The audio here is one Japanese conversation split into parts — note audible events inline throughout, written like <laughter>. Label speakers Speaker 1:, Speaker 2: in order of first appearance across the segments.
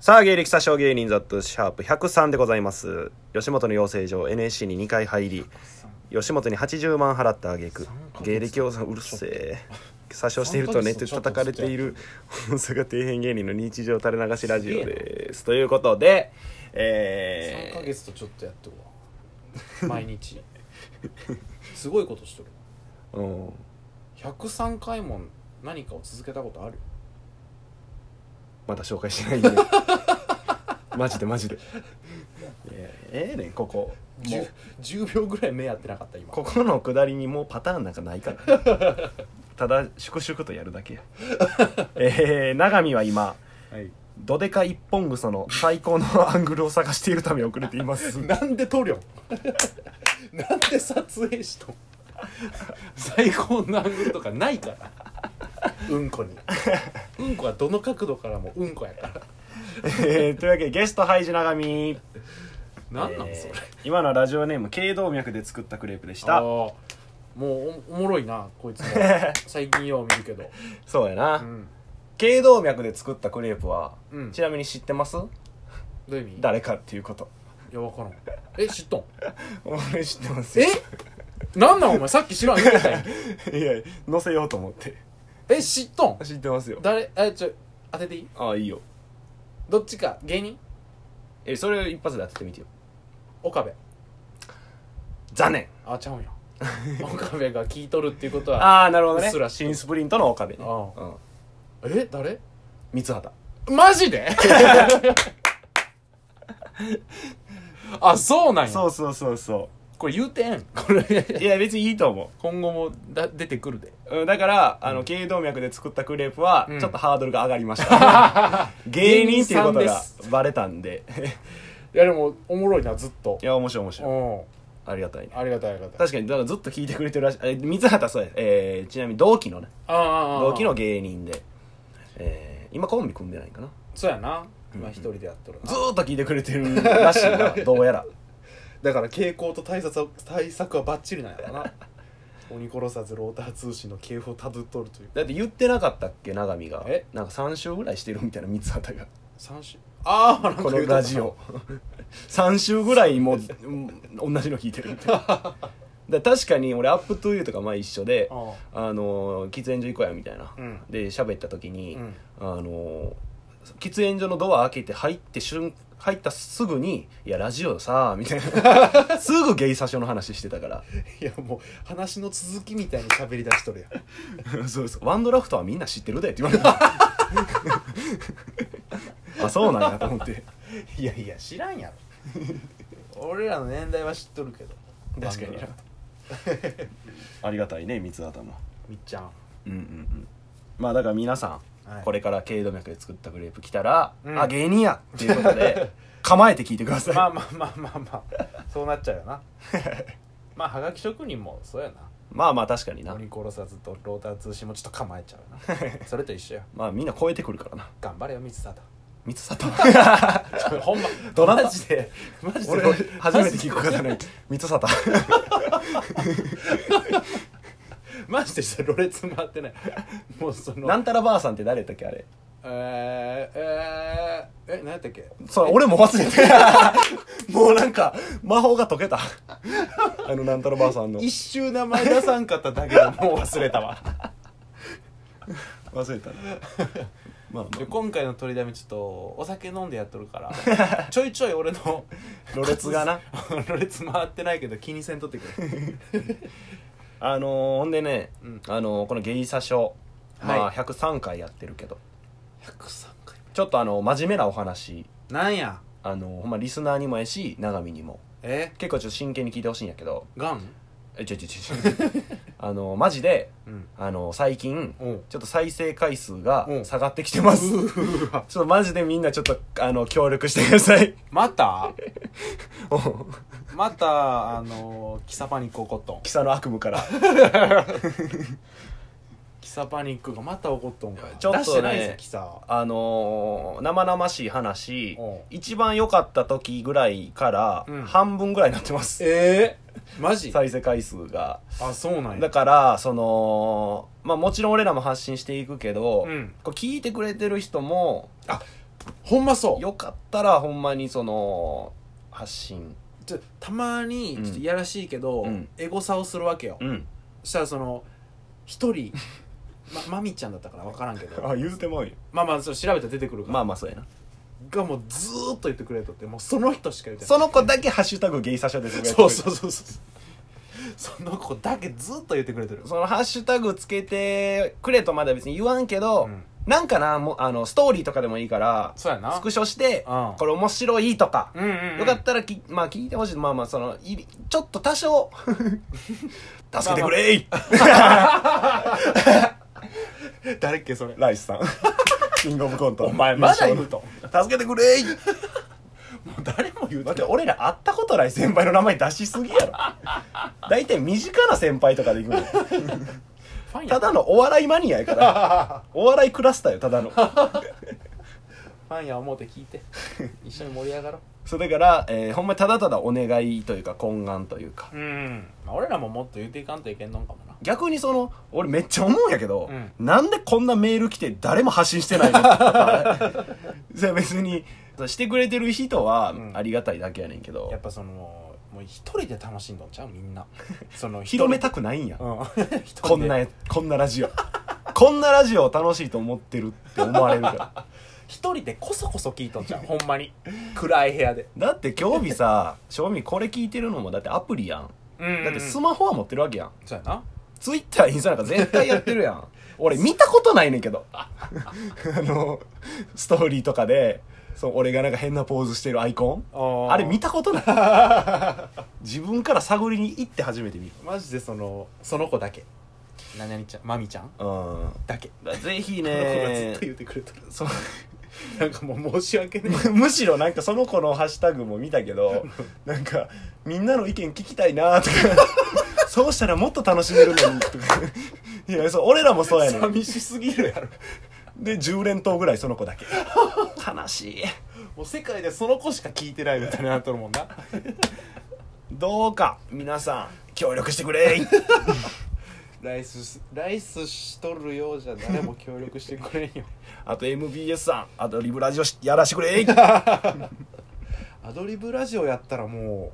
Speaker 1: さあ芸歴詐称芸人ザットシャープ103でございます吉本の養成所 NSC に2回入り吉本に80万払った挙句
Speaker 2: 三ヶ月
Speaker 1: 芸歴をうるせえ詐称しているとネットで叩かれている大阪底辺芸人の日常垂れ流しラジオですということでえ
Speaker 2: 3ヶ
Speaker 1: ー、
Speaker 2: 月とちょっとやってこわ毎日すごいことしとる
Speaker 1: うん
Speaker 2: 103回も何かを続けたことある
Speaker 1: まだ紹介してないんで <laughs> マジでマジでいやええねんここもう
Speaker 2: 10, 10秒ぐらい目合ってなかった今
Speaker 1: ここの下りにもうパターンなんかないから <laughs> ただ粛々とやるだけやえー、永見は今
Speaker 2: はい、
Speaker 1: どでか一本草の最高のアングルを探しているため遅れています <laughs>
Speaker 2: なん <laughs> で撮るよなんで撮影しとん最高のアングルとかないからうんこにうんこはどの角度からもうんこやから
Speaker 1: えーというわけでゲストハイジ永見
Speaker 2: なんなんそれ、
Speaker 1: えー今のはラジオネーム頸動脈で作ったクレープでし
Speaker 2: あー
Speaker 1: た
Speaker 2: もうおおもろいなこ
Speaker 1: <laughs>
Speaker 2: いつも最近よう見るけど
Speaker 1: そうや
Speaker 2: う
Speaker 1: なん頸動脈で作ったクレープは、
Speaker 2: うん
Speaker 1: ちなみに知ってます
Speaker 2: どういう意味
Speaker 1: 誰かっていうこと
Speaker 2: いや分からんえ知っとん
Speaker 1: 俺知ってますよ
Speaker 2: えなんなんお前さっき知らん言うて
Speaker 1: <laughs>
Speaker 2: たやんけ
Speaker 1: いや載せようと思って
Speaker 2: え知っとん
Speaker 1: 知ってますよ
Speaker 2: 誰えちょ当てていい
Speaker 1: ああいいよ
Speaker 2: どっちか芸人
Speaker 1: えそれを一発で当ててみてよ
Speaker 2: 岡部
Speaker 1: 残念
Speaker 2: あちゃ
Speaker 1: <laughs>
Speaker 2: うんや岡部が聞いとるっていうことは
Speaker 1: ああなるほど
Speaker 2: うっ
Speaker 1: ね
Speaker 2: すら知ってる
Speaker 1: 新スプリントの岡部ね
Speaker 2: あ
Speaker 1: う
Speaker 2: あ
Speaker 1: ん
Speaker 2: え誰
Speaker 1: 三畑
Speaker 2: マ
Speaker 1: <laughs>
Speaker 2: ジであそうなんや
Speaker 1: そうそうそうそ
Speaker 2: これ言うてんこれ
Speaker 1: ういや別にいいと思
Speaker 2: <laughs> 今後もだ出てく
Speaker 1: <laughs>
Speaker 2: るで
Speaker 1: ううんだからあの頸動脈で作ったクレープは
Speaker 2: うん
Speaker 1: ちょっとハードルが上がりま
Speaker 2: <laughs>
Speaker 1: した、芸人っていうこと
Speaker 2: 芸人
Speaker 1: が
Speaker 2: さん
Speaker 1: バレたんで
Speaker 2: いやでもおもろいなずっと
Speaker 1: <laughs> いや面白い面白い
Speaker 2: うん
Speaker 1: ありがたいね
Speaker 2: ありがたいありがたい
Speaker 1: 確かにだからずっと聞いてくれてるらしいえ三畑そうやえーちなみに同期のね
Speaker 2: ああああああ
Speaker 1: 同期の芸人でえー今コンビ組んでないかな
Speaker 2: そうやな
Speaker 1: うん
Speaker 2: 今一人でやっとるな
Speaker 1: ずーっと聞いてくれてるらしい
Speaker 2: <laughs>
Speaker 1: などうやら
Speaker 2: だから傾向と対策は対策はバッチリなんやろな <laughs> 鬼殺さずローター通信の系譜をたどっとるという
Speaker 1: だって言ってなかったっけ永見が
Speaker 2: え
Speaker 1: なんか3週ぐらいしてるみたいな三畑が
Speaker 2: 三種ああ
Speaker 1: このラジ <laughs> オ3週ぐらいもううん同じの聞いてるみたいなだから確かに俺「アップトゥーユーとかまあ一緒で
Speaker 2: あ
Speaker 1: 「あのー喫煙所行こうや」みたいな、
Speaker 2: うん
Speaker 1: で喋った時に、
Speaker 2: うん
Speaker 1: あのー喫煙所のドア開けて入って瞬入ったすぐに「いやラジオさ」みたいな <laughs> すぐゲイ詐称の話してたから
Speaker 2: <laughs> いやもう話の続きみたいに喋り出しとるやん
Speaker 1: そうそうワンドラフトはみんな知ってるでって言われ <laughs> たあそうなんやと思って
Speaker 2: <laughs> いやいや知らんやろ <laughs> 俺らの年代は知っとるけど
Speaker 1: 確かに
Speaker 2: バ
Speaker 1: な
Speaker 2: ンドだ
Speaker 1: <laughs> ありがたいね三つ頭
Speaker 2: みっちゃん
Speaker 1: うんうんうんまあだから皆さん、
Speaker 2: はい
Speaker 1: これから軽動脈で作ったグレープ来たら、
Speaker 2: うん
Speaker 1: あ芸人やっていうこと <laughs> で構えて聞いてください、
Speaker 2: まあまあまあまあまあそうなっちゃうよな <laughs> まあはがき職人もそうやな
Speaker 1: まあまあ確かにな
Speaker 2: 鬼殺さずとローター通信もちょっと構えちゃうよな <laughs> それと一緒よ
Speaker 1: <laughs> まあみんな超えてくるからな
Speaker 2: 頑張れよ三里
Speaker 1: 三つ里
Speaker 2: ほんま
Speaker 1: どなた
Speaker 2: <laughs> マジでマジで
Speaker 1: <laughs> 俺 <laughs> 初めて聞く方ない三つ里
Speaker 2: マジでさろれつ回ってないもうその
Speaker 1: <laughs> なんたらばあさんって誰だっけあれ
Speaker 2: えー、えー、え何やったっけ
Speaker 1: それ俺も忘れ <laughs> てもうなんか魔法が解けたあのなんたらばあさんの
Speaker 2: 一周名前出さんかっただけでもう忘れた <laughs> わ
Speaker 1: 忘れ <laughs> たなまあ、ま
Speaker 2: で今回の取りだめちょっとお酒飲んでやっとるから <laughs> ちょいちょい俺の
Speaker 1: あ、ろれつが
Speaker 2: <laughs>
Speaker 1: な
Speaker 2: ろれつ回ってないけど気にせんとって <laughs> くれ
Speaker 1: あのー、ほんでね、
Speaker 2: うん
Speaker 1: あのー、この「ゲイサショ」ま
Speaker 2: は
Speaker 1: あ
Speaker 2: い
Speaker 1: 103回やってるけど
Speaker 2: 103回
Speaker 1: ちょっとあの真面目なお話
Speaker 2: なんや
Speaker 1: あのー、ほんまリスナーにもやし永見にも
Speaker 2: え
Speaker 1: 結構ちょっと真剣に聞いてほしいんやけど
Speaker 2: ガン
Speaker 1: えちょちょちょち
Speaker 2: <laughs>
Speaker 1: ょあのー、マジで、
Speaker 2: うん
Speaker 1: あのー、最近
Speaker 2: おう
Speaker 1: ちょっと再生回数が
Speaker 2: うん
Speaker 1: 下がってきてます、
Speaker 2: うわ
Speaker 1: <laughs> ちょっとマジでみんなちょっとあの協力してください <laughs>
Speaker 2: また
Speaker 1: おう
Speaker 2: またあのキサパニック起こっとん
Speaker 1: 貴様の悪夢から
Speaker 2: キサパニックがまた起こっとんか
Speaker 1: ちょっとね
Speaker 2: 出してないぞキサ
Speaker 1: あのー、生々しい話
Speaker 2: おう
Speaker 1: 一番良かった時ぐらいから
Speaker 2: うん
Speaker 1: 半分ぐらいになってます、
Speaker 2: ええマジ
Speaker 1: 再生回数が
Speaker 2: あそうなん
Speaker 1: だ
Speaker 2: や
Speaker 1: からそのまあもちろん俺らも発信していくけど、
Speaker 2: うん
Speaker 1: こう聞いてくれてる人も
Speaker 2: あほんまそう
Speaker 1: よかったらほんまにその発信
Speaker 2: ちょたまに
Speaker 1: うん
Speaker 2: ちょっといやらしいけど、
Speaker 1: うん
Speaker 2: エゴサをするわけよ、
Speaker 1: ん
Speaker 2: そしたらその一 <laughs> 人ままみちゃんだったから分からんけど
Speaker 1: 言うてもいい
Speaker 2: まあまあそれ調べたら出てくるから、
Speaker 1: まあまあそうやな
Speaker 2: がもうずーっと言ってくれとってもうその人しか言ってない
Speaker 1: その子だけ「ハッシュタグゲイサシャ」です
Speaker 2: そうそううそうそうその子だけずっと言ってくれてる
Speaker 1: そのハッシュタグつけてくれとまでは別に言わんけど、
Speaker 2: うん
Speaker 1: なんかなもうあのストーリーとかでもいいから
Speaker 2: そうやな
Speaker 1: スクショして、
Speaker 2: うん
Speaker 1: これ面白いとか、
Speaker 2: うんうん、うん、
Speaker 1: よかったらき、まあ、聞いてほしいまあまあそのいりちょっと多
Speaker 2: <laughs>
Speaker 1: 少助けてくれい、
Speaker 2: 誰っけそれ
Speaker 1: ライスさん <laughs> キングオブコント
Speaker 2: お前まだ言うと
Speaker 1: 助けてくれい
Speaker 2: もう誰も言う
Speaker 1: だってて俺ら会ったことない先輩の名前出しすぎ
Speaker 2: <laughs>
Speaker 1: やろ大体身近な先輩とかで行くの
Speaker 2: ファン <laughs> や
Speaker 1: ただのお笑いマニアやからお笑いクラスターよただの
Speaker 2: <laughs> ファンや思うて聞い
Speaker 1: <laughs>
Speaker 2: て一緒に盛り上がろ
Speaker 1: そうだから、えーほんまにただただお願いというか懇願というか
Speaker 2: ううん、まあ、俺らももっと言っていかんといけんのんかもな
Speaker 1: 逆にその俺めっちゃ思うんやけど、
Speaker 2: うん
Speaker 1: なんでこんなメール来て誰も発信してないの <laughs> とかそれ別にしてくれてる人は
Speaker 2: うん
Speaker 1: ありがたいだけやねんけど、
Speaker 2: やっぱそのもう一人で楽しんどんちゃうみ
Speaker 1: <laughs>
Speaker 2: んなその
Speaker 1: 広めたくないんや、
Speaker 2: うん
Speaker 1: <laughs>
Speaker 2: 一人で
Speaker 1: こんなやこんなラジオ <laughs> こんなラジオを楽しいと思ってるって思われるから
Speaker 2: <laughs> 一人でこそこそ聞いとんちゃうほんまに暗い部屋で、
Speaker 1: だって今日日さ正味これ聞いてるのもだってアプリやん
Speaker 2: うん
Speaker 1: だってスマホは持ってるわけやん
Speaker 2: そうやな
Speaker 1: ツイッターインスタなんか絶対やってるやん <laughs> 俺見たことないねんけ <laughs> どあのストーリーとかでそう俺がなんか変なポーズしてるアイコン
Speaker 2: あ
Speaker 1: あれ見
Speaker 2: た
Speaker 1: たことない <laughs> 自分から探りに行って初めて見る
Speaker 2: マジでそのその子だけ何々ちゃんまみちゃん
Speaker 1: うん
Speaker 2: だけ
Speaker 1: ぜひ
Speaker 2: その子がずっ
Speaker 1: ね
Speaker 2: と言ってくれてる
Speaker 1: そう
Speaker 2: <laughs> なんかもう申し訳ね
Speaker 1: <laughs> むしろなんかその子のハッシュタグも見たけ <laughs> どなんかみんなの意見聞きたいなとか <laughs> そうしたらもっと楽しめるのにとか <laughs> いやそう俺らもそうや
Speaker 2: え
Speaker 1: ねん
Speaker 2: 寂しすぎるやろ
Speaker 1: で10連投ぐらいその子だけ悲しい
Speaker 2: もう世界でその子しか聞いてないみたいになっとるもんな
Speaker 1: どうか皆さん協力してくれ <laughs>
Speaker 2: ライスしライスしとるようじゃ誰も協力してくれんよ
Speaker 1: あと MBS さんあとリブラジオしやらしてく <laughs> れ
Speaker 2: アドリブラジオやったらも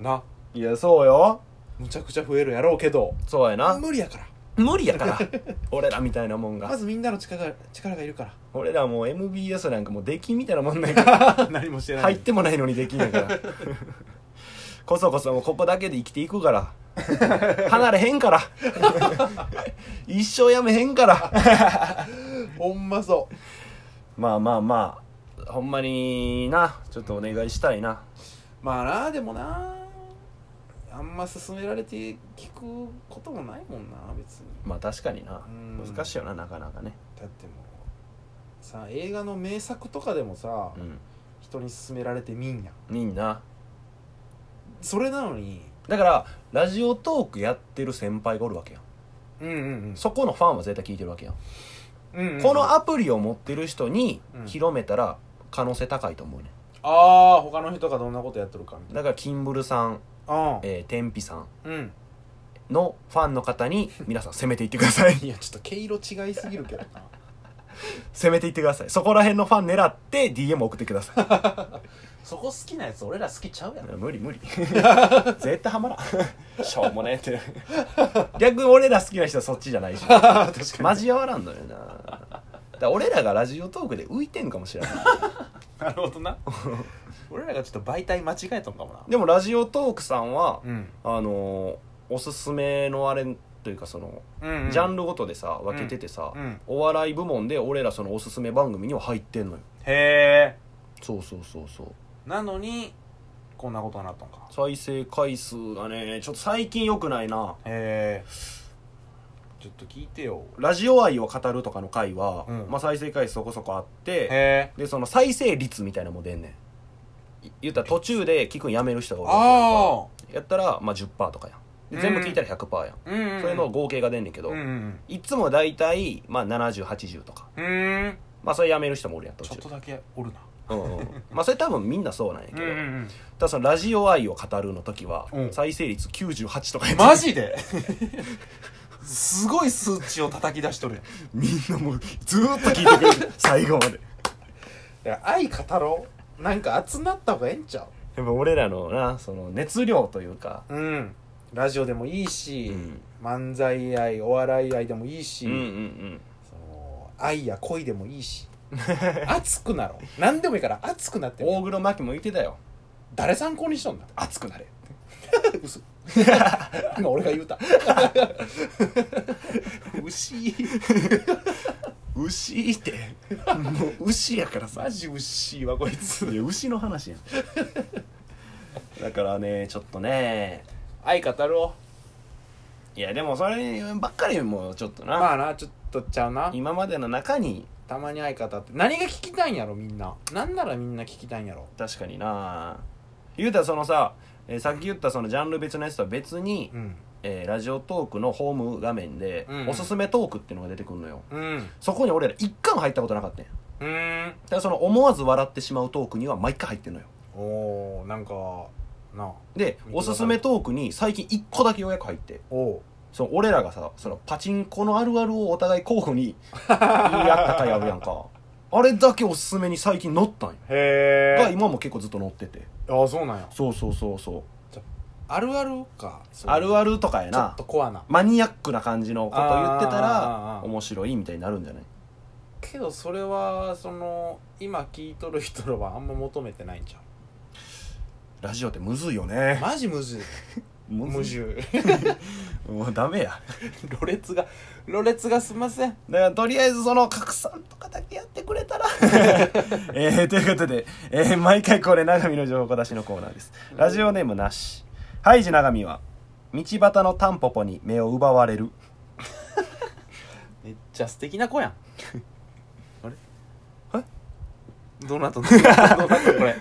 Speaker 2: うない
Speaker 1: やそうよ
Speaker 2: むちゃくちゃ増えるやろうけど
Speaker 1: そうやな
Speaker 2: 無理やから
Speaker 1: <laughs> 無理やから <laughs> 俺らみたいなもん
Speaker 2: ま
Speaker 1: が
Speaker 2: ずみんなの力が力がいるか
Speaker 1: 俺らもう MBS なんかもう出禁みたいなもんないから <laughs>
Speaker 2: ら何もしてない
Speaker 1: 入ってもないのに出禁やから <laughs> こそこそもうここだけで生きていくから <laughs> 離れへんから <laughs> 一生やめへんから
Speaker 2: ほんまそ
Speaker 1: まあまあまあほんまになちょっとお願いしたいな
Speaker 2: うまあなでもなあんま勧められて聞くこともないもんな別に
Speaker 1: まあ確かにな
Speaker 2: うん
Speaker 1: 難しいよななかなかね
Speaker 2: だってもうさ映画の名作とかでもさ、
Speaker 1: うん
Speaker 2: 人に勧められてみんやん
Speaker 1: みんな
Speaker 2: それなのに
Speaker 1: だからラジオトークやってる先輩がおるわけやん
Speaker 2: うんうんうん
Speaker 1: そこのファンは絶対聞いてるわけやん、
Speaker 2: うんうん
Speaker 1: この
Speaker 2: あ
Speaker 1: アプリを持ってる人に
Speaker 2: うん
Speaker 1: 広めたら可能性高いと思うね
Speaker 2: あー他の人がどんなことやっとるかみたい
Speaker 1: だからキンブルさん、
Speaker 2: な
Speaker 1: えー、天日さん
Speaker 2: うんうん
Speaker 1: のファンの方 <laughs> に皆さん攻めていってください
Speaker 2: いやちょっと毛色違いすぎるけどな
Speaker 1: 攻めていってくださいそこら辺のファン狙って DM 送ってください
Speaker 2: そこ好きなやつ俺ら好きちゃうやん
Speaker 1: <laughs> 無理 <laughs> 無理絶対ハマら <laughs> んしょうもねえって逆に俺ら好きな人はそっちじゃないし
Speaker 2: <laughs> 確かに
Speaker 1: 交わらんのよなだから俺らがラジオトークで浮いてんかもしれない
Speaker 2: なるほどな <laughs> 俺らがちょっと媒体間違えとんかもな
Speaker 1: でもラジオトークさんは、
Speaker 2: うん、
Speaker 1: あのーおすすめのあれというかその、
Speaker 2: うん
Speaker 1: ジャン
Speaker 2: ル
Speaker 1: ルごとでさ分けててさ、
Speaker 2: うん
Speaker 1: お笑い部門で俺らそのおすすめ番組には入ってんのよ
Speaker 2: へえ
Speaker 1: そうそうそうそう
Speaker 2: なのにこんなことになったんか
Speaker 1: 再生回数がねちょっと最近良くないな
Speaker 2: へえちょっと聞いてよ
Speaker 1: ラジオ愛を語るとかの回は、
Speaker 2: うん
Speaker 1: まあ、再生回数そこそこあって
Speaker 2: へえ
Speaker 1: でその再生率みたいなのも出んねんい言ったら途中で聞くんやめる人がおるわけやんか
Speaker 2: ああ
Speaker 1: やったら、まあ、10%とかやんで全部聞いたら100%やん、
Speaker 2: うんうんうん
Speaker 1: それの合計が出んねんけど、
Speaker 2: うんうん
Speaker 1: いつも大体、まあ、7080とか
Speaker 2: うんうーん
Speaker 1: まあそれやめる人もおるやん途
Speaker 2: ちょっ
Speaker 1: 中
Speaker 2: とだけおるな
Speaker 1: うんうん、まあそれ多分みんなそうなんやけど、
Speaker 2: うんうん
Speaker 1: ただそのラジオ愛を語るの時は
Speaker 2: うん
Speaker 1: 再生率98とかやってる
Speaker 2: うん <laughs> マジですごい数値を叩き出しとるやん <laughs>
Speaker 1: みんなもうずーっと聞いてくれる最後まで
Speaker 2: や愛語ろうなんか熱なった方がええんちゃ
Speaker 1: やっぱ俺らのなその熱量というか、
Speaker 2: ううんラジオでもいいし、
Speaker 1: うん
Speaker 2: 漫才愛お笑い愛でもいいし、
Speaker 1: ん
Speaker 2: その愛や恋でもいいし熱くなろう何でもいいから熱くなってみよう
Speaker 1: 大黒摩季も言ってたよ
Speaker 2: 誰参考にしとんだ
Speaker 1: 熱くなれ
Speaker 2: 嘘今俺が言う <laughs> た牛
Speaker 1: 牛ってもう牛やからさ
Speaker 2: マジ牛はこいつ
Speaker 1: いや牛の話
Speaker 2: <laughs>
Speaker 1: やんだからねちょっとね
Speaker 2: 愛語ろ
Speaker 1: いやでもそればっかりもうちょっと
Speaker 2: う
Speaker 1: な、
Speaker 2: まあなちょっとちゃうな
Speaker 1: 今までの中に
Speaker 2: たまに相方って何が聞きたいんやろみんななんならみんな聞きたいんやろ
Speaker 1: 確かにな言うたらそのさ、えーさっき言ったそのジャンル別のやつとは別に、
Speaker 2: うん
Speaker 1: えーラジオトークのホーム画面で、
Speaker 2: うん
Speaker 1: おすすめトークっていうのが出てくるのよ
Speaker 2: うん
Speaker 1: そこに俺ら一回も入ったことなかったんや
Speaker 2: うーん
Speaker 1: だからその思わず笑ってしまうトークには毎回入ってんのよ
Speaker 2: おーなんかなあ
Speaker 1: でおすすめトークに最近一個だけようやく入って
Speaker 2: おう
Speaker 1: その俺らがさそのパチンコのあるあるをお互い候補に言い合った回あるやんかあれだけおすすめに最近載ったんよ
Speaker 2: へ
Speaker 1: が
Speaker 2: え
Speaker 1: 今も結構ずっと載ってて
Speaker 2: あそうなんや
Speaker 1: そうそうそうそう
Speaker 2: あるあるか
Speaker 1: あるあ
Speaker 2: る
Speaker 1: るとかや
Speaker 2: ちょっ
Speaker 1: な
Speaker 2: とコアな
Speaker 1: マニアックな感じのこと言ってた
Speaker 2: あーあーあ
Speaker 1: ら
Speaker 2: ー
Speaker 1: 面白いみたいになるんじゃない
Speaker 2: けどそれはその今聞いとる人らはあんま求めてないんちゃ
Speaker 1: ラジオってむずいよ
Speaker 2: う
Speaker 1: ね
Speaker 2: マジむずい
Speaker 1: む
Speaker 2: む
Speaker 1: い
Speaker 2: ずい
Speaker 1: もうダメや
Speaker 2: ろれつがろれつがすんません
Speaker 1: だからとりあえずその拡散とかだけやってくれた
Speaker 2: <laughs>
Speaker 1: らえー、ということで、えー毎回これ長見の情報出しのコーナーですラジオネームなしハイジ長見は道端のタンポポに目を奪われる
Speaker 2: めっちゃ素敵な子やん <laughs> あれえどうなったのどうなったのこれ